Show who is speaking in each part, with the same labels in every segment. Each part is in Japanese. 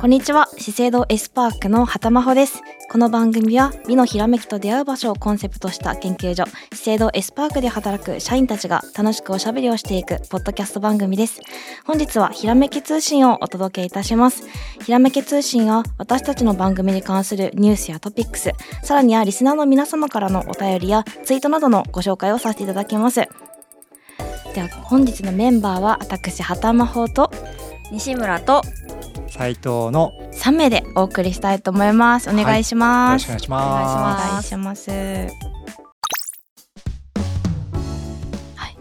Speaker 1: こんにちは資生堂エスパークの畑真帆ですこの番組は美のひらめきと出会う場所をコンセプトした研究所資生堂エスパークで働く社員たちが楽しくおしゃべりをしていくポッドキャスト番組です本日はひらめき通信をお届けいたしますひらめき通信は私たちの番組に関するニュースやトピックスさらにはリスナーの皆様からのお便りやツイートなどのご紹介をさせていただきますでは本日のメンバーは私畑真帆と
Speaker 2: 西村と
Speaker 3: 斉藤の
Speaker 1: 3名でお送りしたいと思いますお願いし
Speaker 3: よ
Speaker 1: ま
Speaker 3: ろ
Speaker 1: す、
Speaker 3: しくお願いし
Speaker 2: お
Speaker 1: お
Speaker 3: ま
Speaker 2: 願
Speaker 1: 願いします。は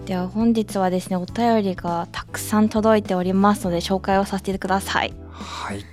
Speaker 1: い、では本日はですね、お便りがたくさん届いておりますので、紹介をさせてください。
Speaker 3: す。はい。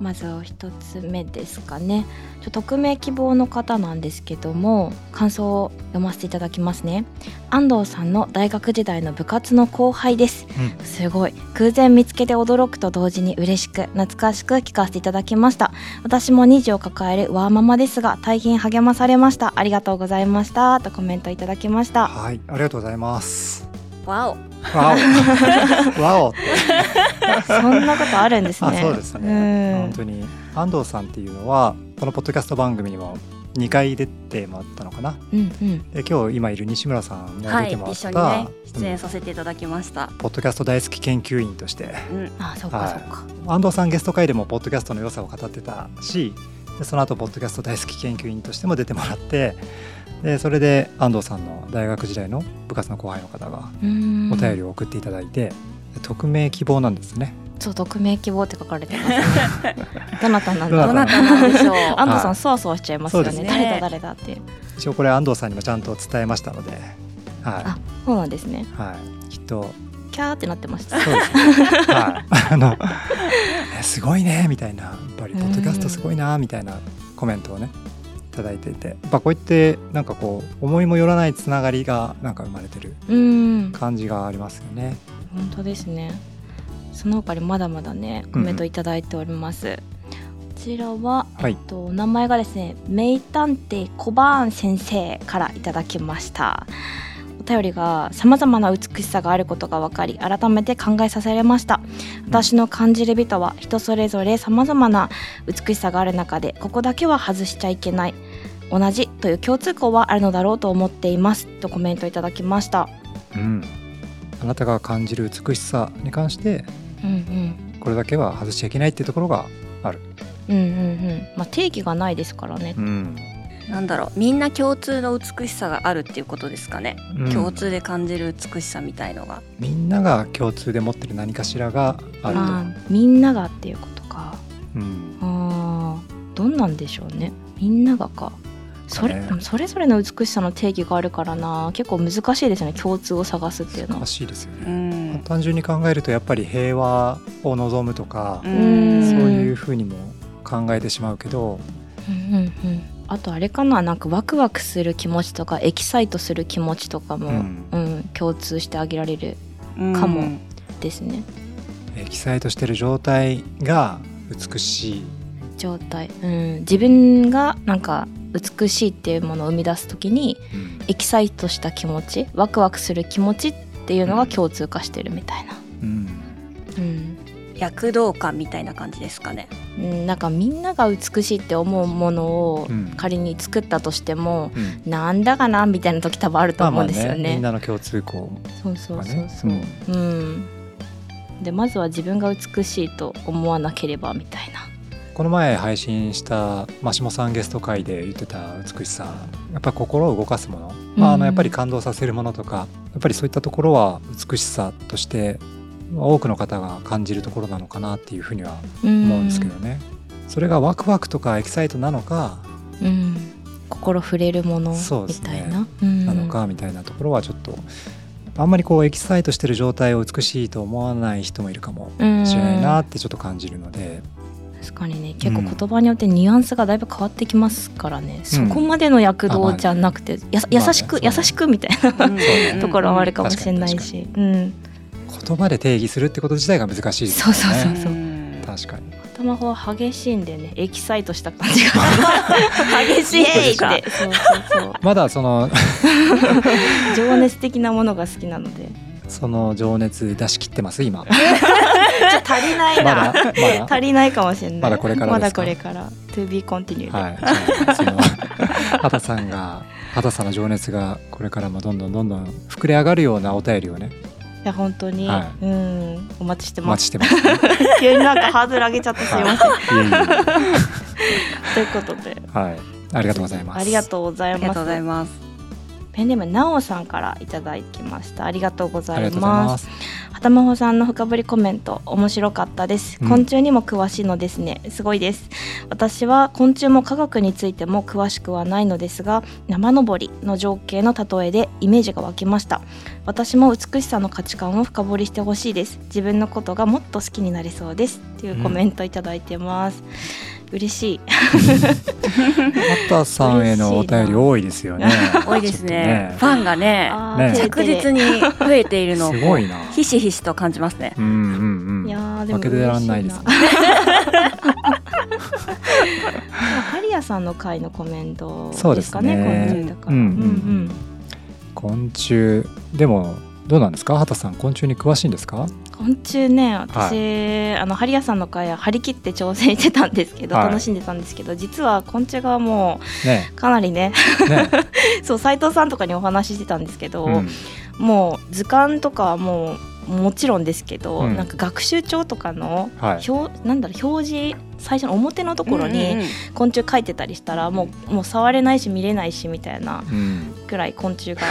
Speaker 1: まずは一つ目ですかね。ちょ匿名希望の方なんですけども、感想を読ませていただきますね。安藤さんの大学時代の部活の後輩です。
Speaker 3: う
Speaker 1: すごい偶然見つけて驚くと同時に嬉しく懐かしく聞かせていただきました私も2児を抱えるワーママですが大変励まされましたありがとうございましたとコメントいただきました
Speaker 3: はい、ありがとうございます。
Speaker 2: わお
Speaker 3: わお。 わおって。
Speaker 1: そんなことあるんです
Speaker 3: あ、
Speaker 1: ね
Speaker 3: そうですね。本当に安藤さんっていうのはこのポッドキャスト番組にも2回出てもらったのかな。
Speaker 1: うんうん
Speaker 3: で、今日今いる西村さんも
Speaker 2: は
Speaker 3: 出
Speaker 2: い
Speaker 3: てもら
Speaker 2: 一
Speaker 3: った。
Speaker 2: 緒にね出
Speaker 3: う
Speaker 2: 演
Speaker 3: ん
Speaker 2: させていただきました、
Speaker 3: ポッドキャスト大好き研究員として
Speaker 2: うん、
Speaker 1: あそう
Speaker 3: は
Speaker 1: か
Speaker 3: い
Speaker 1: そうか、
Speaker 3: 安藤さんゲスト会でもポッドキャストの良さを語ってたしでその後ポッドキャスト大好き研究員としても出てもらってでそれで安藤さんの大学時代の部活の後輩の方が
Speaker 1: うーん
Speaker 3: お便りを送っていただいて、匿名希望なんですね
Speaker 1: そう匿名希望って書かれてます どなたなん
Speaker 3: ど
Speaker 1: だ
Speaker 2: ど
Speaker 1: ろう
Speaker 2: なたなんでしょう
Speaker 1: 安藤さ
Speaker 3: は
Speaker 1: ん
Speaker 3: い
Speaker 1: そわそわしちゃいますよね
Speaker 3: そう
Speaker 2: ですね
Speaker 1: 誰だ誰だっていう
Speaker 3: 一応これ安藤さんにもちゃんと伝えましたのでは
Speaker 1: あそうなんですね
Speaker 3: い、はい、きっと
Speaker 1: キャーってなってま した
Speaker 3: そうですね はいあのえすごいねみたいなやっぱりポッドキャストすごいなみたいなコメントをねいただいていてやっぱこうやってなんかこう思いもよらないつながりがなんか生まれてる
Speaker 1: うーん
Speaker 3: 感じがありますよね。
Speaker 1: 本当ですねその他にまだまだねコメントいただいております、こちらは、
Speaker 3: はい
Speaker 1: えっと、お名前がですね名探偵コバーン先生からいただきましたお便りが様々な美しさがあることが分かり改めて考えさせられました私の感じる美とは人それぞれ様々な美しさがある中でここだけは外しちゃいけない同じという共通項はあるのだろうと思っていますとコメントいただきました
Speaker 3: うん、あなたが感じる美しさに関して
Speaker 1: うんうん
Speaker 3: これだけは外しちゃいけないっていうところがある。
Speaker 1: うんうんうんまあ定義がないですからね
Speaker 3: うん
Speaker 2: なんだろうみんな共通の美しさがあるっていうことですかね、
Speaker 3: うん
Speaker 2: 共通で感じる美しさみたいのが
Speaker 3: みんなが共通で持ってる何かしらがあると。
Speaker 1: まあみんながっていうことか
Speaker 3: うん
Speaker 1: あーどんなんでしょうねみんながかそれ,、
Speaker 3: ね
Speaker 1: それぞれの美しさの定義があるからな結構難しいですね共通を探すっていうのは
Speaker 3: おかしいですよ
Speaker 2: う
Speaker 3: ね。
Speaker 2: ん
Speaker 3: 単純に考えるとやっぱり平和を望むとか、
Speaker 1: ん
Speaker 3: そう
Speaker 2: う
Speaker 3: いうふうにも考えてしまうけど、
Speaker 1: うんうんうんあとあれかななんかワクワクする気持ちとかエキサイトする気持ちとかも、う
Speaker 3: うんん
Speaker 1: 共通してあげられる
Speaker 2: うん
Speaker 1: かもですね
Speaker 3: エキサイトしてる状態が美しい。
Speaker 1: 状態、うん、自分がなんか美しいっていうものを生み出す時にエキサイトした気持ちワクワクする気持ちっていうのが共通化してるみたいな、
Speaker 3: うん
Speaker 1: うん
Speaker 2: 躍動感みたいな感じですかね
Speaker 1: うんなんかみんなが美しいって思うものを
Speaker 3: うん
Speaker 1: 仮に作ったとしても、
Speaker 3: うん
Speaker 1: なんだかなみたいな時多分あると
Speaker 3: まあ
Speaker 1: 思
Speaker 3: ま
Speaker 1: うん
Speaker 3: あ
Speaker 1: ですよ
Speaker 3: ねみ
Speaker 1: ね。
Speaker 3: んなの共通項
Speaker 1: そうそう
Speaker 3: が
Speaker 1: そう
Speaker 3: ね。
Speaker 1: そう。うん、でまずは自分が美しいと思わなければみたいな。
Speaker 3: この前配信したマシモさんゲスト会で言ってた美しさやっぱり心を動かすもの、まあ、あ
Speaker 1: うん
Speaker 3: のやっぱり感動させるものとかやっぱりそういったところは美しさとして多くの方が感じるところなのかなっていうふうには思うんですけどね、それがワクワクとかエキサイトなのか
Speaker 1: うん。うん心触れるもの
Speaker 3: そうで
Speaker 1: み
Speaker 3: す
Speaker 1: た
Speaker 3: ね
Speaker 1: いな。うん
Speaker 3: なのかみたいなところはちょっとあんまりこうエキサイトしてる状態を美しいと思わない人もいるかも
Speaker 1: うん
Speaker 3: しれないなってちょっと感じるので、
Speaker 1: 確かにね結構言葉によってニュアンスがだいぶ変わってきますからね、そこまでの躍動じゃなくて、やさ
Speaker 3: まあね
Speaker 1: 優しく、
Speaker 3: そうね
Speaker 1: 優しくみたいな ところはあるかもしれないし、うん
Speaker 3: 言葉で定義するってこと自体が難しいです
Speaker 1: そ
Speaker 3: よ
Speaker 1: うそ
Speaker 3: ね
Speaker 1: うそう
Speaker 2: うん
Speaker 1: そう
Speaker 3: 確かに
Speaker 1: 言タマホは激しいんだよねエキサイトした感じ が
Speaker 2: 激し
Speaker 1: イ
Speaker 2: い
Speaker 1: エ
Speaker 2: と
Speaker 1: ーイ
Speaker 2: しか
Speaker 1: ってそうそうそう
Speaker 3: まだその
Speaker 1: 情熱的なものが好きなので
Speaker 3: その情熱出し切ってます今ま
Speaker 1: ちょっと足りないな、
Speaker 3: だまだ
Speaker 1: 足りないかもしれない
Speaker 3: まだこれから
Speaker 1: ま
Speaker 3: です
Speaker 1: だ
Speaker 3: か
Speaker 1: これから To be continued、
Speaker 3: はい、じゃあその畑さんが畑さんの情熱がこれからもどんどんどんどん膨れ上がるようなお便りをね
Speaker 1: いや本当に、
Speaker 3: は
Speaker 1: うんお待ちして
Speaker 3: お
Speaker 1: ま
Speaker 3: 待
Speaker 1: す
Speaker 3: ちし てます、ね。
Speaker 1: 急になんかハードル上げちゃってすいません
Speaker 3: はいいえい
Speaker 1: ということで
Speaker 3: えはい、ありがとうございます。
Speaker 1: ありがとうござい
Speaker 2: ありが
Speaker 1: ま
Speaker 2: とう
Speaker 1: す
Speaker 2: ございます。
Speaker 1: ペンネームなおさんからいただきましたありがとうござ
Speaker 3: ありが
Speaker 1: い
Speaker 3: とうござい
Speaker 1: ます
Speaker 3: す。
Speaker 1: はたまほさんの深掘りコメント面白かったです
Speaker 3: うん
Speaker 1: 昆虫にも詳しいのですね、すごいです私は昆虫も科学についても詳しくはないのですが山登りの情景の例えでイメージが湧きました私も美しさの価値観を深掘りしてほしいです自分のことがもっと好きになれそうですというコメントいただいてます、嬉しい
Speaker 3: 畑さんへのお便り多いですよね。
Speaker 2: 多いですね。フ
Speaker 3: ちょっ
Speaker 2: ァンがね、
Speaker 1: あ
Speaker 3: ね
Speaker 1: ー照れ
Speaker 2: 着
Speaker 1: てる
Speaker 2: 実に増えているの
Speaker 3: と
Speaker 2: を
Speaker 3: ねすごいな。
Speaker 2: ひしひしと感じますね。
Speaker 3: うんうんうん。
Speaker 1: いやーでも
Speaker 3: 負けてらんないですね。
Speaker 1: ハリアさんの回のコメント
Speaker 3: そうで
Speaker 1: ですすかね
Speaker 3: ね
Speaker 1: 昆虫だから、
Speaker 3: うん
Speaker 1: うんうん
Speaker 3: 昆虫でもどうなんですか畑さん昆虫に詳しいんですか？
Speaker 1: 昆虫ね私、あのハリアさんの会は張り切って挑戦してたんですけど、
Speaker 3: はい
Speaker 1: 楽しんでたんですけど実は昆虫がも
Speaker 3: ね
Speaker 1: うかなりね
Speaker 3: ね。
Speaker 1: そう斉藤さんとかにお話ししてたんですけど、
Speaker 3: うん
Speaker 1: もう図鑑とかはもうもちろんですけど、
Speaker 3: うん
Speaker 1: なんか学習帳とかの
Speaker 3: はい。
Speaker 1: 表なんだろう表示最初の表のところ
Speaker 2: うんうん
Speaker 1: に
Speaker 2: うん
Speaker 1: 昆虫書いてたりしたらもうもう触れないし見れないしみたいな
Speaker 3: うん。
Speaker 1: くらい昆虫が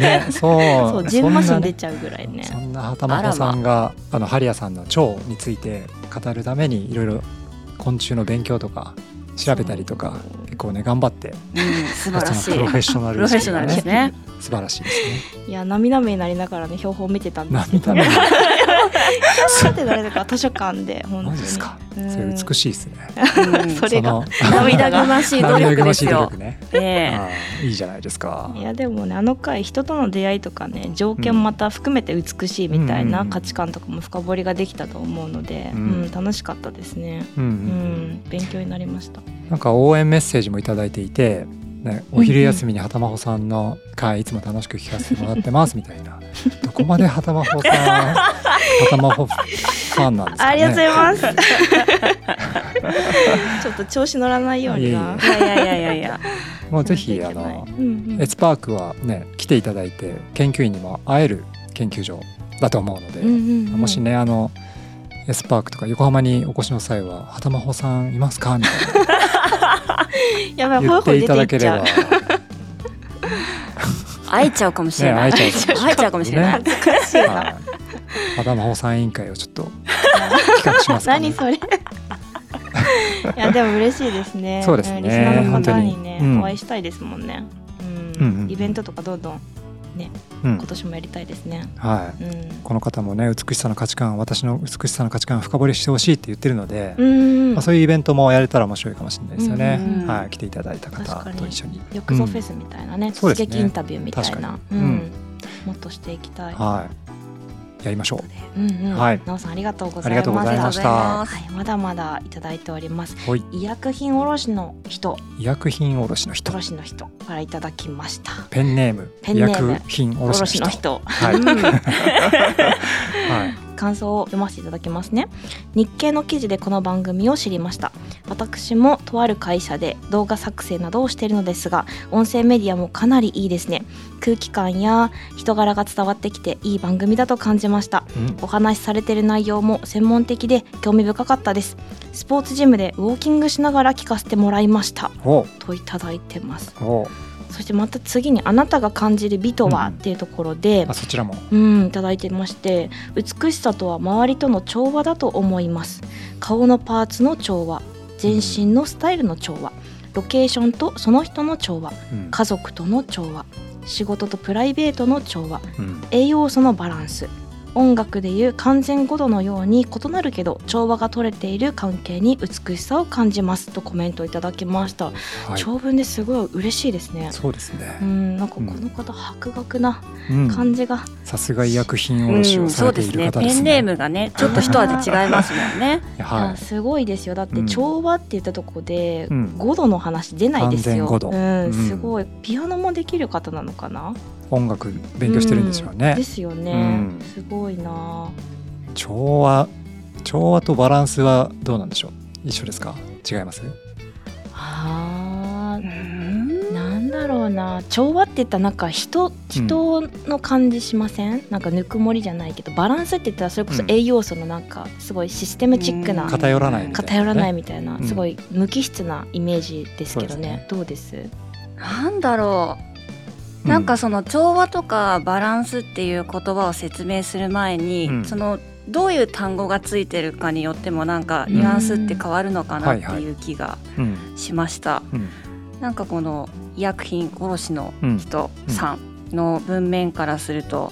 Speaker 3: ね、そう。
Speaker 1: そうジ
Speaker 3: そ
Speaker 1: ン
Speaker 3: んな
Speaker 1: マシ
Speaker 3: ね
Speaker 1: ン出ちゃうぐらいね
Speaker 3: そんな畑中さんがあ、のハリアさんの腸について語るためにいろいろ昆虫の勉強とか調べたりとか
Speaker 1: そう
Speaker 3: 結構ね頑張って
Speaker 2: うん素晴らし
Speaker 3: 畑中
Speaker 2: い。
Speaker 3: さんのプロフェッショナ
Speaker 2: プ
Speaker 3: ル
Speaker 2: ロ
Speaker 3: 意
Speaker 2: フェッ
Speaker 3: 識
Speaker 2: ショ
Speaker 3: が
Speaker 2: ナルです
Speaker 3: ね
Speaker 2: ね。
Speaker 3: 素晴らしいですね。
Speaker 1: いや涙目になりながらね標本見てたんですけど
Speaker 3: 涙目に
Speaker 1: なんてなるのか図書館で本当
Speaker 3: マ
Speaker 1: に
Speaker 3: ジですか。
Speaker 1: うん
Speaker 3: それ美しいですね。
Speaker 2: うん
Speaker 1: それ が
Speaker 3: その
Speaker 2: 涙ぐましい努
Speaker 3: 涙ぐ
Speaker 2: 力
Speaker 3: ま
Speaker 2: で
Speaker 3: し
Speaker 2: す
Speaker 3: い努
Speaker 2: よ
Speaker 3: 力。ね。
Speaker 2: え
Speaker 3: ああいいじゃないですか
Speaker 1: い。やでもねあの回人との出会いとかね条件また含めて美しいみたい
Speaker 3: うんう
Speaker 1: なん価値観とかも深掘りができたと思うので、
Speaker 3: う
Speaker 1: うんん楽しかったですね、
Speaker 3: うんう。
Speaker 1: うんん、勉強になりました
Speaker 3: なんか応援メッセージもいただいていて、ね、お昼休みにはたまほさんの会いつも楽しく聞かせてもらってますみたいな。どこまではたまほさん、はたまほファンなんですかね。
Speaker 1: ありがとうございます ちょっと調子乗らないようにない
Speaker 2: えいやいやいやいや。
Speaker 3: もうぜひ
Speaker 1: や
Speaker 3: あ
Speaker 1: らなきゃい
Speaker 3: の
Speaker 1: けないうんうん
Speaker 3: エスパークはね来ていただいて研究員にも会える研究所だと思うので、
Speaker 1: うんうんうん
Speaker 3: もしねあのエスパークとか横浜にお越しの際は「はたまほさんいますか?」みたいな
Speaker 1: や ばい
Speaker 3: 言
Speaker 1: ほい
Speaker 3: っ
Speaker 1: ほ
Speaker 3: て
Speaker 1: い
Speaker 3: い
Speaker 1: 出て
Speaker 3: た
Speaker 1: い
Speaker 3: だ
Speaker 1: っ
Speaker 3: け
Speaker 1: ち
Speaker 3: れ
Speaker 1: ゃ
Speaker 3: ば
Speaker 1: う
Speaker 3: ね
Speaker 2: 会えちゃうかもしれな
Speaker 3: 会
Speaker 2: い。
Speaker 3: えちゃう
Speaker 2: 会えちゃうかもしれない。
Speaker 3: ね
Speaker 1: しいな
Speaker 3: はいはたまほさん委員会をちょ っと企画しますか、
Speaker 1: 何
Speaker 3: ね。
Speaker 1: そ れいやでも嬉しいですね
Speaker 3: そうですね
Speaker 1: んリスナーの方にね
Speaker 3: 本当にうん
Speaker 1: お会いしたいですもんね、うん
Speaker 3: うんうん
Speaker 1: イベントとかどんどん
Speaker 3: うん
Speaker 1: 今年もやりたいですね、
Speaker 3: はい
Speaker 1: うん
Speaker 3: この方もね美しさの価値観私の美しさの価値観を深掘りしてほしいって言ってるので、
Speaker 1: うん
Speaker 3: まあ、そういうイベントもやれたら面白いかもしれないですよね、
Speaker 1: うん
Speaker 2: うん
Speaker 3: はい、来ていただいた
Speaker 1: 確
Speaker 3: 方
Speaker 1: か
Speaker 3: と
Speaker 1: に
Speaker 3: 一緒に。
Speaker 1: 浴槽フェスみたいなね、
Speaker 3: そう
Speaker 1: 刺
Speaker 3: ですね
Speaker 1: 激インタビューみたい
Speaker 3: 確か
Speaker 1: な、
Speaker 3: に
Speaker 1: うん
Speaker 3: うん
Speaker 1: もっとしていきたい、
Speaker 3: はい、やりましょう。
Speaker 1: うんうん
Speaker 3: はい
Speaker 1: なおさんありがとうご
Speaker 3: あ
Speaker 1: ざい
Speaker 3: り
Speaker 1: ま
Speaker 3: が
Speaker 1: した
Speaker 3: とうございまし
Speaker 2: ありがとうござい
Speaker 3: た。
Speaker 2: ます
Speaker 1: はい、まだまだいただいております
Speaker 3: はい
Speaker 1: 医薬品卸の人
Speaker 3: 医薬品卸の人、
Speaker 1: 卸の人からいただきました
Speaker 3: ペンネーム、
Speaker 1: ペン
Speaker 3: 医
Speaker 1: ネーム
Speaker 3: 薬品卸の
Speaker 1: 卸
Speaker 3: 人。
Speaker 1: の人
Speaker 3: はい、はい、
Speaker 1: 感想を読ませていただきますね日経の記事でこの番組を知りました私もとある会社で動画作成などをしているのですが音声メディアもかなりいいですね空気感や人柄が伝わってきていい番組だと感じました
Speaker 3: うん
Speaker 1: お話しされている内容も専門的で興味深かったですスポーツジムでウォーキングしながら聞かせてもらいました
Speaker 3: おう、
Speaker 1: といただいてます
Speaker 3: おう、
Speaker 1: そしてまた次にあなたが感じる美とは
Speaker 3: うん
Speaker 1: っていうところで、
Speaker 3: あ、そちらも。
Speaker 1: うん、いただいてまして美しさとは周りとの調和だと思います顔のパーツの調和全身のスタイルの調和ロケーションとその人の調和
Speaker 3: うん、
Speaker 1: 家族との調和仕事とプライベートの調和
Speaker 3: うん、
Speaker 1: 栄養素のバランス音楽でいう完全5度のように異なるけど調和が取れている関係に美しさを感じますとコメントいただきました、
Speaker 3: はい、
Speaker 1: 長文ですごい嬉しいですね
Speaker 3: そうです
Speaker 1: う
Speaker 3: ね。
Speaker 1: んなんかこの方、博学な
Speaker 3: うん
Speaker 1: 感じが、
Speaker 3: そうさすが医薬品卸をさ
Speaker 2: そう
Speaker 3: れて
Speaker 2: で
Speaker 3: い
Speaker 2: す
Speaker 3: る
Speaker 2: ね
Speaker 3: 方
Speaker 2: ペ
Speaker 3: です
Speaker 2: ンネ
Speaker 3: ね。
Speaker 2: ームがねちょっと一味違いますもんね
Speaker 1: い
Speaker 3: は
Speaker 1: やすごいですよだって
Speaker 3: うん
Speaker 1: 調和って言ったとこで
Speaker 3: うん
Speaker 1: 5度の話出ないですよ、
Speaker 3: 完全五度
Speaker 1: うん、
Speaker 3: うん。
Speaker 1: すごいピアノもできる方なのかない
Speaker 3: 音楽勉強してるんですよ
Speaker 1: う
Speaker 3: ね
Speaker 1: で。すよね、
Speaker 3: うん
Speaker 1: すごいな
Speaker 3: 調和調和とバランスはどうなんでしょう。一緒ですか。違います。
Speaker 1: あー
Speaker 2: うん
Speaker 1: なんだろうな調和って言ったらなんか人人の感じしません、なんかぬくもりじゃないけどバランスって言ったらそれこそ
Speaker 3: うん
Speaker 1: 栄養素のなんかすごいシステムチックな、
Speaker 2: うん
Speaker 3: 偏らないみたいな、ね。
Speaker 1: 偏らない
Speaker 3: い。
Speaker 1: みたいな、
Speaker 3: うん
Speaker 1: すごい無機質なイメージですけど
Speaker 3: そうです
Speaker 1: ね
Speaker 3: ね
Speaker 1: どうです
Speaker 2: なんだろうなんかその調和とかバランスっていう言葉を説明する前に、
Speaker 3: うん
Speaker 2: そのどういう単語がついてるかによってもなんかニュアンスって変わるのかなっていう気が
Speaker 3: うん。
Speaker 2: しました。
Speaker 3: うん。
Speaker 2: なんかこの医薬品殺しの
Speaker 3: うん。
Speaker 2: 人さんの文面からすると、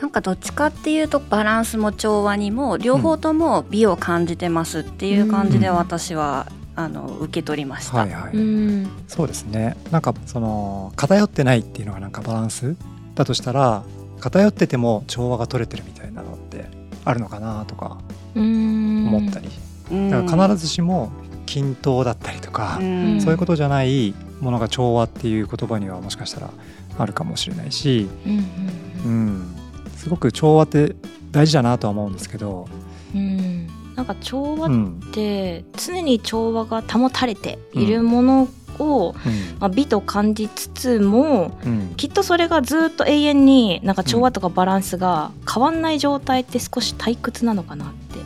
Speaker 2: なんかどっちかっていうとバランスも調和にも両方とも美を感じてますっていう感じで
Speaker 1: うん
Speaker 2: 私は、あの受け取りました。
Speaker 3: はいはい。
Speaker 1: うん
Speaker 3: そうですねなんかその偏ってないっていうのがなんかバランスだとしたら偏ってても調和が取れてるみたいなのってあるのかなとか思
Speaker 1: 思
Speaker 3: ったり、
Speaker 2: うん
Speaker 3: だから必ずしも均等だったりとか、
Speaker 2: うん
Speaker 3: そういうことじゃないものが調和っていう言葉にはもしかしたらあるかもしれないし、
Speaker 1: うん
Speaker 3: うん、すごく調和って大事だなとは思うんですけど、
Speaker 1: うんうんなんか調和
Speaker 3: う
Speaker 1: っ
Speaker 3: ん
Speaker 1: て常に調和が保たれているものを、
Speaker 3: うん
Speaker 1: まあ、美と感じつつも
Speaker 3: うん
Speaker 1: きっとそれがずっと永遠になんか調和とかバランスが変わんない状態って少し退屈なのかなって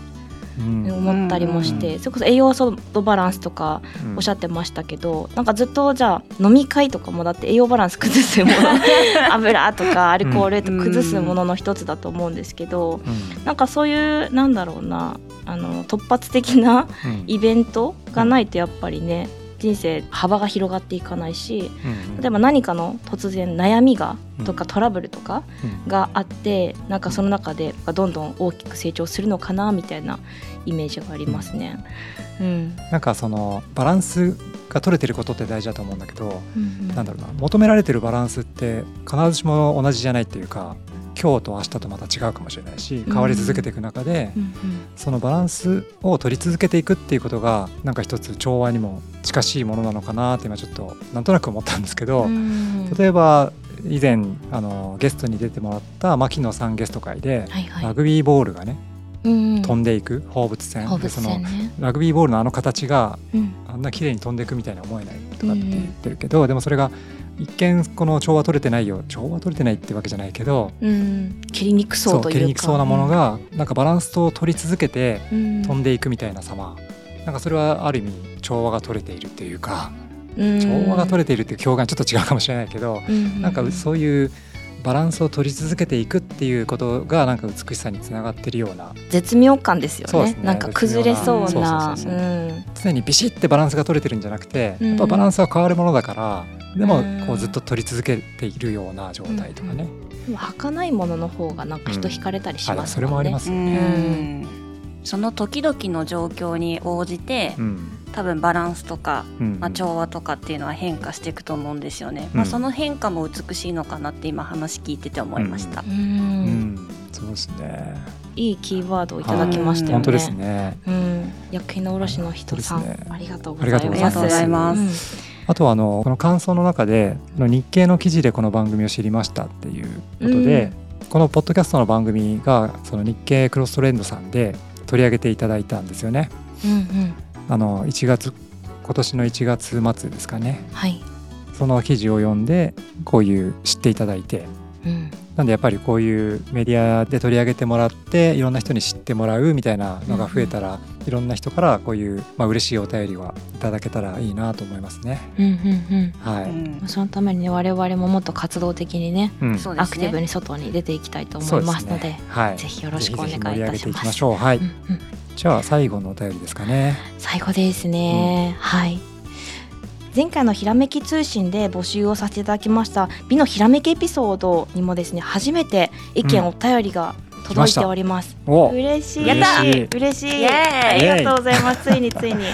Speaker 3: うん
Speaker 1: 思ったりもして、それこそ栄養素とバランスとかおっしゃってましたけど、なんかずっとじゃあ飲み会とかもだって栄養バランス崩すも の油とかアルコールとか崩すものの一つだと思うんですけど、
Speaker 3: うん
Speaker 1: なんかそういうなんだろうなあの突発的な
Speaker 3: うん
Speaker 1: イベントがないとやっぱりね人生幅が広がっていかないし
Speaker 3: うん
Speaker 1: 例えば何かの突然悩みがとか
Speaker 3: う
Speaker 1: トラブルとか
Speaker 3: うん
Speaker 1: があってなんかその中でどんどん大きく成長するのかなみたいなイメージがありますね。うん
Speaker 3: なんかそのバランスが取れてることって大事だと思うんだけど、
Speaker 1: うん
Speaker 3: なんだろうな求められてるバランスって必ずしも同じじゃないっていうか今日と明日とまた違うかもしれないし変わり続けていく中で、
Speaker 1: うんうん
Speaker 3: そのバランスを取り続けていくっていうことがなんか一つ調和にも近しいものなのかなって今ちょっとなんとなく思ったんですけど、
Speaker 1: うん
Speaker 3: 例えば以前あのゲストに出てもらった牧野さんゲスト会で、
Speaker 1: はいは
Speaker 3: ラ
Speaker 1: い
Speaker 3: グビーボールがね
Speaker 1: うん
Speaker 3: 飛んでいく放物線
Speaker 1: 放
Speaker 3: で
Speaker 1: 物
Speaker 3: その
Speaker 1: 線ね。
Speaker 3: ラグビーボールのあの形が
Speaker 1: うん
Speaker 3: あんな綺麗に飛んでいくみたいに思えないとかって言ってるけど、でもそれが一見この調和取れてないよ調和取れてないってわけじゃないけど
Speaker 1: うん蹴りにくそうというか。
Speaker 3: 蹴りにくそうなものが、なんかバランスを取り続けて
Speaker 1: うん
Speaker 3: 飛んでいくみたいな様、なんかそれはある意味調和が取れているっていうか、
Speaker 1: うん
Speaker 3: 調和が取れているっていう表現はちょっと違うかもしれないけど、
Speaker 1: うん
Speaker 3: なんかそういうバランスを取り続けていくっていうことがなんか美しさにつながってるような
Speaker 1: 絶妙感ですよ
Speaker 3: そう
Speaker 1: ね
Speaker 3: ですね
Speaker 1: なんか崩れそう
Speaker 2: 絶妙
Speaker 1: な
Speaker 3: なそうそうそうそう常にビシッてバランスが取れてるんじゃなくて、
Speaker 1: うん
Speaker 3: やっぱバランスは変わるものだからでも
Speaker 1: うん
Speaker 3: こうずっと取り続けているような状態とかね、
Speaker 1: うんでも儚いものの方がなんか人惹かれたりし
Speaker 3: あでも
Speaker 1: ます
Speaker 3: それもありますす
Speaker 2: う
Speaker 3: よね。
Speaker 2: んその時々の状況に応じて、
Speaker 3: うん
Speaker 2: 多分バランスとか、
Speaker 3: うん
Speaker 2: まあ、調和とかっていうのは変化していくと思うんですよね、
Speaker 3: うん
Speaker 2: まあ、その変化も美しいのかなって今話聞いてて思いました、
Speaker 1: う
Speaker 3: うんん、そうですね。
Speaker 1: いいキーワードをいただきましたよね。
Speaker 3: 本当ですね。
Speaker 1: うん、薬品の卸の人さん、
Speaker 3: 本当ですね
Speaker 1: ありがとうご
Speaker 3: あ
Speaker 1: ざ
Speaker 3: り
Speaker 1: いま
Speaker 3: が
Speaker 1: す。。
Speaker 3: とうございます。
Speaker 2: ありがとうございます
Speaker 3: あとはあのこの感想の中であの日経の記事でこの番組を知りましたっていうことで、このポッドキャストの番組がその日経クロストレンドさんで取り上げていただいたんですよね。
Speaker 1: うん、うん、
Speaker 3: あの1月今年の1月末ですかね。
Speaker 1: はい、
Speaker 3: その記事を読んでこういう知っていただいて
Speaker 1: うん、
Speaker 3: なんでやっぱりこういうメディアで取り上げてもらっていろんな人に知ってもらうみたいなのが増えたら、いろんな人からこういう、まあ、嬉しいお便りはいただけたらいいなと思いますね。
Speaker 1: うん、うん、
Speaker 3: はい、
Speaker 1: うん、そのためにね、我々ももっと活動的にね、
Speaker 3: う
Speaker 2: うんんそうで
Speaker 1: ア
Speaker 2: す
Speaker 1: クティブ
Speaker 2: ね
Speaker 1: に外に出ていきたいと
Speaker 3: そ
Speaker 1: 思
Speaker 3: う
Speaker 1: い
Speaker 3: で
Speaker 1: ますす
Speaker 3: ね
Speaker 1: ので、
Speaker 3: はい、
Speaker 1: ぜひよろしくお願いい
Speaker 3: ぜひぜひ盛り上
Speaker 1: た
Speaker 3: げ
Speaker 1: して
Speaker 3: い
Speaker 1: ま
Speaker 3: き
Speaker 1: す。
Speaker 3: ましょう。はい、
Speaker 1: うんうん
Speaker 3: じゃあ最後のお便りですかね。
Speaker 1: 最後ですね、はい前回のひらめき通信で募集をさせていただきました美のひらめきエピソードにもですね初めて意見、
Speaker 3: うん
Speaker 1: お便りが届いております
Speaker 3: お、い
Speaker 1: 嬉しい
Speaker 3: やった
Speaker 1: 嬉しい
Speaker 2: イエーイ
Speaker 1: あ りがとうございますついについに、
Speaker 3: や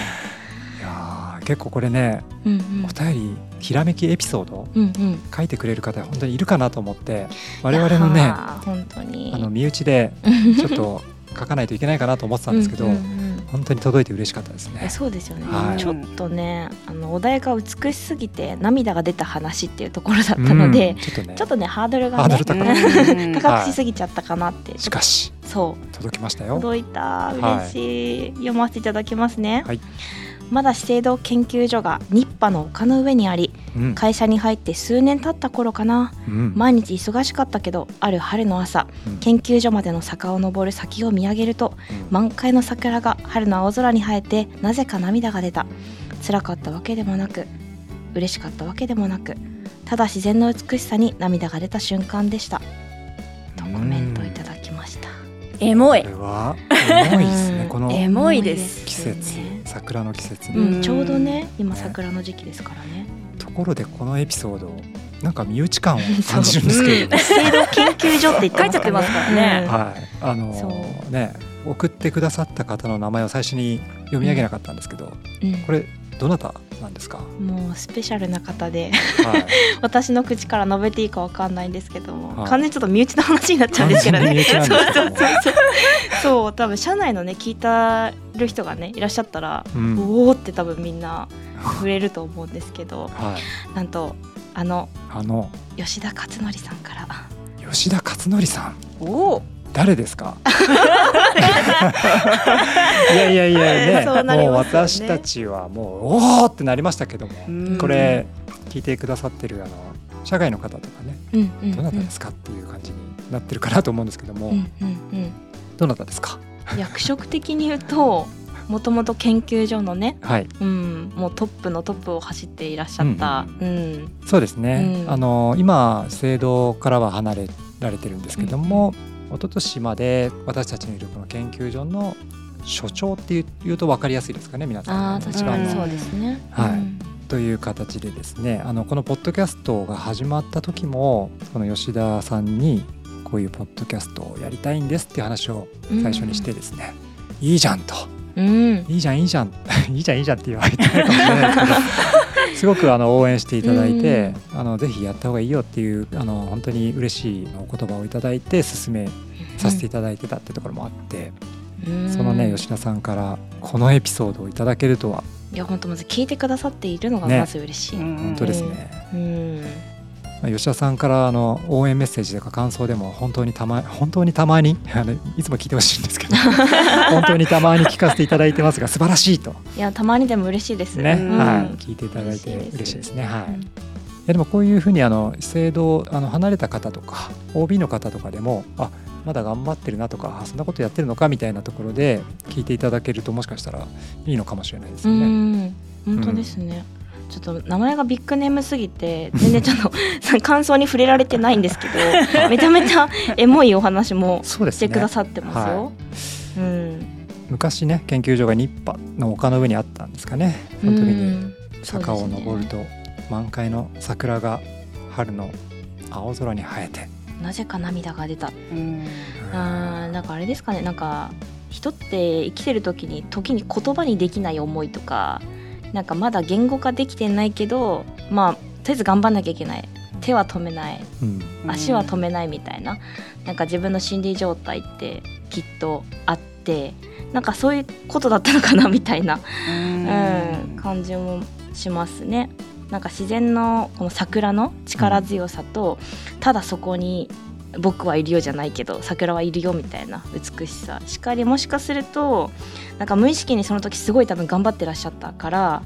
Speaker 3: ー結構これね
Speaker 1: うんうん
Speaker 3: お便りひらめきエピソードを
Speaker 1: うんうん
Speaker 3: 書いてくれる方が本当にいるかなと思って我々のね
Speaker 1: いや
Speaker 3: あ
Speaker 1: ー本当に
Speaker 3: の身内でちょっと書かないといけないかなと思ってたんですけど
Speaker 1: うううん
Speaker 3: 本当に届いて嬉しかったです
Speaker 1: いや
Speaker 3: ね。
Speaker 1: そうですよね、
Speaker 3: はい
Speaker 1: ちょっとねあのお題が美しすぎて涙が出た話っていうところだったので、
Speaker 3: うんちょっとね
Speaker 1: ちょっとねハードルが
Speaker 3: ハード
Speaker 1: ね
Speaker 3: ル高
Speaker 2: うん
Speaker 1: 高くしすぎちゃったかなって、
Speaker 3: しかし
Speaker 1: そう
Speaker 3: 届きましたよ。
Speaker 1: 届いた
Speaker 3: は
Speaker 1: 嬉
Speaker 3: い
Speaker 1: しい、読ませていただきますね、
Speaker 3: はい
Speaker 1: まだ資生堂研究所が日波の丘の上にあり
Speaker 3: うん
Speaker 1: 会社に入って数年経った頃かな
Speaker 3: うん
Speaker 1: 毎日忙しかったけどある春の朝
Speaker 3: うん
Speaker 1: 研究所までの坂を登る先を見上げると満開の桜が春の青空に映えてなぜか涙が出た辛かったわけでもなく嬉しかったわけでもなくただ自然の美しさに涙が出た瞬間でしたとコメントいただきました、
Speaker 2: エモい
Speaker 3: これは重いです
Speaker 1: う
Speaker 3: ね
Speaker 1: ん
Speaker 3: この
Speaker 2: エモいです
Speaker 3: 季節桜の季節
Speaker 1: う
Speaker 3: に
Speaker 1: ん、ちょうどね今
Speaker 3: ね
Speaker 1: 桜の時期ですからね
Speaker 3: ところでこのエピソードなんか身内 感を感じるんですけれども、
Speaker 1: 水道研究所って言
Speaker 2: 書いちゃってますから ね
Speaker 3: はい、あの
Speaker 1: そ
Speaker 3: ね送ってくださった方の名前を最初に読み上げなかったんですけど、
Speaker 1: うん
Speaker 3: これどなたな んですか、は
Speaker 1: もうスペシャルな方で
Speaker 3: い、
Speaker 1: 私の口から述べていいかわかんないんですけども、
Speaker 3: はい
Speaker 1: 完全にちょっと身内の話になっちゃうんですけどね
Speaker 3: 完全に身内なんですけども
Speaker 1: そうそうそうそう多分社内のね聞いたる人がねいらっしゃったら、
Speaker 3: うん
Speaker 1: おおって多分みんな触れると思うんですけ ど
Speaker 3: はい、
Speaker 1: なんとあの
Speaker 3: あの
Speaker 1: 吉田勝則さんから
Speaker 3: 吉田勝則さん
Speaker 2: おお
Speaker 3: 誰です かいやいやいやね
Speaker 1: そうなり
Speaker 3: もう
Speaker 1: ますよね
Speaker 3: 私たちはもうおおってなりましたけども、
Speaker 2: うん
Speaker 3: これ聞いてくださってるあの社外の方とかね
Speaker 1: うんうんうん
Speaker 3: どなたですかっていう感じになってるかなと思うんですけども、
Speaker 1: うんうんうん
Speaker 3: どなたですか
Speaker 1: 役職的に言う ともともと研究所のね、
Speaker 3: はい
Speaker 1: うん、もうトップのトップを走っていらっしゃった、うん
Speaker 3: そうですね、
Speaker 1: うん
Speaker 3: あの今資生堂からは離れられてるんですけども、一昨年まで私たちのいるこの研究所の所長っていう言うと分かりやすいですかね皆さん
Speaker 1: ああ
Speaker 3: ね
Speaker 1: 確
Speaker 2: 一
Speaker 1: か
Speaker 2: 番
Speaker 1: に
Speaker 2: の
Speaker 1: そうですね。
Speaker 3: はい
Speaker 1: うん
Speaker 3: という形でですねあのこのポッドキャストが始まった時もこの吉田さんにこういうポッドキャストをやりたいんですっていう話を最初にしてですね、いいじゃんと
Speaker 1: うん、
Speaker 3: いいじゃんいいじゃん いいじゃんいいじゃんって言われてるかもしれないですけ どすごくあの応援していただいて、あのぜひやった方がいいよっていうあの本当に嬉しいお言葉をいただいて勧めさせていただいてたってところもあって、
Speaker 1: うん
Speaker 3: そのね吉田さんからこのエピソードをいただけるとはい
Speaker 1: や本当まず聞いてくださっているのが
Speaker 3: ね
Speaker 1: まず嬉しい。
Speaker 3: 本当ですね、
Speaker 1: うん、
Speaker 3: まあ吉田さんからあの応援メッセージとか感想でも本当にたま 本当にたまにあのいつも聞いてほしいんですけ ど本当にたまに聞かせていただいてますが素晴らしいと
Speaker 1: いやたまにでも嬉しいです。
Speaker 3: ね、
Speaker 2: うん
Speaker 3: はい、聞いていただいて
Speaker 1: 嬉しいです
Speaker 3: 嬉しいですね。はい、
Speaker 1: うん
Speaker 3: いやでもこういうふうにあの資生堂あの離れた方とか OB の方とかでもあまだ頑張ってるなとかあそんなことやってるのかみたいなところで聞いていただけるともしかしたらいいのかもしれないです
Speaker 1: う
Speaker 3: よね。
Speaker 1: ん、本当ですね。ちょっと名前がビッグネームすぎて全然ちょっと その感想に触れられてないんですけ どめちゃめちゃエモいお話も
Speaker 3: そうで
Speaker 1: し
Speaker 3: す
Speaker 1: てく
Speaker 3: ね
Speaker 1: ださってますよ。うん、
Speaker 3: 昔ね研究所が日波の丘の上にあったんですかねその時に坂を登ると満開の桜が春の青空に映えて、
Speaker 1: なぜか涙が出た。
Speaker 2: うん
Speaker 3: うん
Speaker 1: あーなんかあれですかねなんか人って生きてる時に時に言葉にできない思いとかなんかまだ言語化できてないけどまあとりあえず頑張んなきゃいけない手は止めない
Speaker 3: うん
Speaker 1: 足は止めないみたいな、なんか自分の心理状態ってきっとあってなんかそういうことだったのかなみたいな、
Speaker 2: うん
Speaker 1: うん、感じもしますね。なんか自然のこの桜の力強さと、ただそこに僕はいるよじゃないけど桜はいるよみたいな美しさしかりもしかするとなんか無意識にその時すごい多分頑張ってらっしゃったから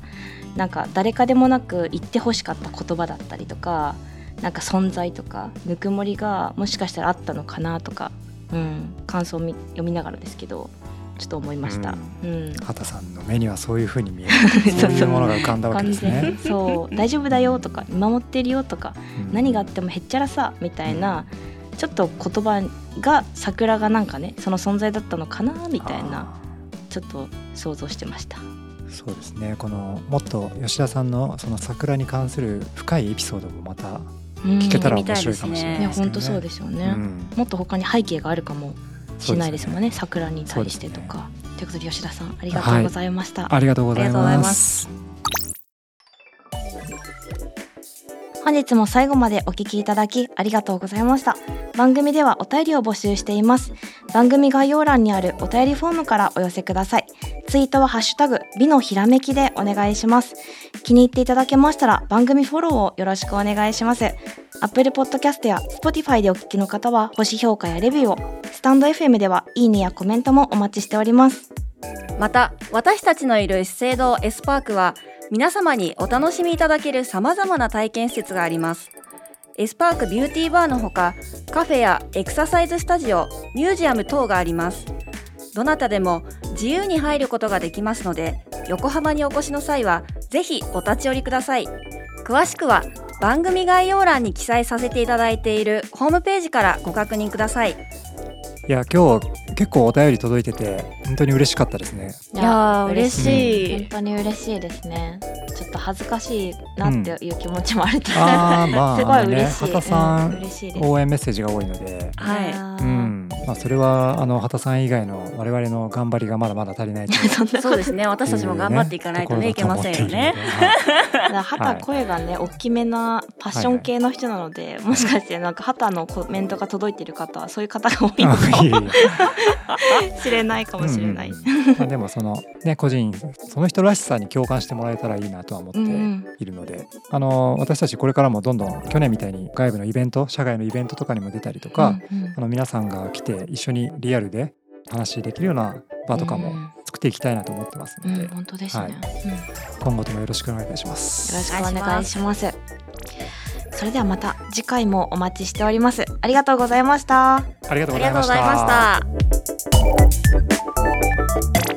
Speaker 1: なんか誰かでもなく言ってほしかった言葉だったりとかなんか存在とかぬくもりがもしかしたらあったのかなとか、うん、感想をみ読みながらですけどちょっと思いました。うん
Speaker 3: 畑さんの目にはそういうふうに見え
Speaker 1: そう
Speaker 3: る
Speaker 1: そう
Speaker 3: そういうものが浮かんだわけ
Speaker 1: 感
Speaker 3: で
Speaker 1: じ
Speaker 3: す
Speaker 1: で
Speaker 3: ね。
Speaker 1: そう大丈夫だよとか見守ってるよとか
Speaker 3: うん
Speaker 1: 何があってもへっちゃらさみたいなちょっと言葉が桜がなんかねその存在だったのかなみたいなちょっと想像してました。
Speaker 3: あーそうですねこのもっと吉田さんのその桜に関する深いエピソードもまた聞けたら面白いかもしれない
Speaker 1: ね
Speaker 3: ですけど
Speaker 1: 本
Speaker 3: ね。
Speaker 1: 当そうですよね、
Speaker 3: うん
Speaker 1: もっと他に背景があるかもしれないですもんね
Speaker 3: そう
Speaker 1: 桜に対してとか。ということで吉田さんありがとうございました。
Speaker 3: ありがとうござい
Speaker 2: ありがとうござい
Speaker 3: ま。
Speaker 2: ます
Speaker 1: 本日も最後までお聞きいただきありがとうございました番組ではお便りを募集しています番組概要欄にあるお便りフォームからお寄せくださいツイートはハッシュタグ美のひらめきでお願いします気に入っていただけましたら番組フォローをよろしくお願いします Apple Podcast や Spotify でお聞きの方は星評価やレビューをスタンド FM ではいいねやコメントもお待ちしております
Speaker 2: また私たちのいる資生堂 S パークは皆様にお楽しみいただける様々な体験施設がありますエスパークビューティーバーのほかカフェやエクササイズスタジオミュージアム等がありますどなたでも自由に入ることができますので横浜にお越しの際はぜひお立ち寄りください詳しくは番組概要欄に記載させていただいているホームページからご確認ください
Speaker 3: いや今日結構お便り届いてて本当に嬉しかったです ね
Speaker 2: いやー嬉し
Speaker 1: 本
Speaker 2: い
Speaker 1: 当に嬉しいですねちょっと恥ずかしいなっていう気持ちもあるけど、
Speaker 3: ああまあ
Speaker 1: すごい嬉しい、
Speaker 3: あのね、畑
Speaker 1: う
Speaker 3: さ
Speaker 1: ん嬉しいです
Speaker 3: 応援メッセージが多いので、
Speaker 2: はい
Speaker 1: あ
Speaker 3: う
Speaker 1: ー
Speaker 3: んまあ、それはあの畑さん以外の我々の頑張りがまだまだ足りないとい う
Speaker 1: そんなこ
Speaker 2: そう
Speaker 1: と
Speaker 2: ですね私たちも頑張っていかないとねいけませんよね。
Speaker 1: だ畑声がね、大きめなパッション系の人なので、もしかしてなんか畑のコメントが届いてる方はそういう方が 多いのか
Speaker 3: あ いえいえ
Speaker 1: もしれないかもしれない。
Speaker 3: うんうんまあ、でもそのね個人その人らしさに共感してもらえたらいいなとは思って。
Speaker 1: うんうん
Speaker 3: いるのであの私たちこれからもどんどん去年みたいに外部のイベント社外のイベントとかにも出たりとか、
Speaker 1: うんうん
Speaker 3: あの皆さんが来て一緒にリアルで話できるような場とかも作っていきたいなと思ってます
Speaker 1: うん
Speaker 3: ので、
Speaker 1: うん本当ですね、
Speaker 3: はい
Speaker 1: うんよ
Speaker 3: 今後ともよろしくお願いいたします。
Speaker 1: ろしくお願いします。それではまた次回もお待ちしております。ありがとうございました。
Speaker 3: ありがとう
Speaker 2: あ
Speaker 3: ござ
Speaker 2: りが
Speaker 3: い
Speaker 2: と
Speaker 3: まし。
Speaker 2: うございましたた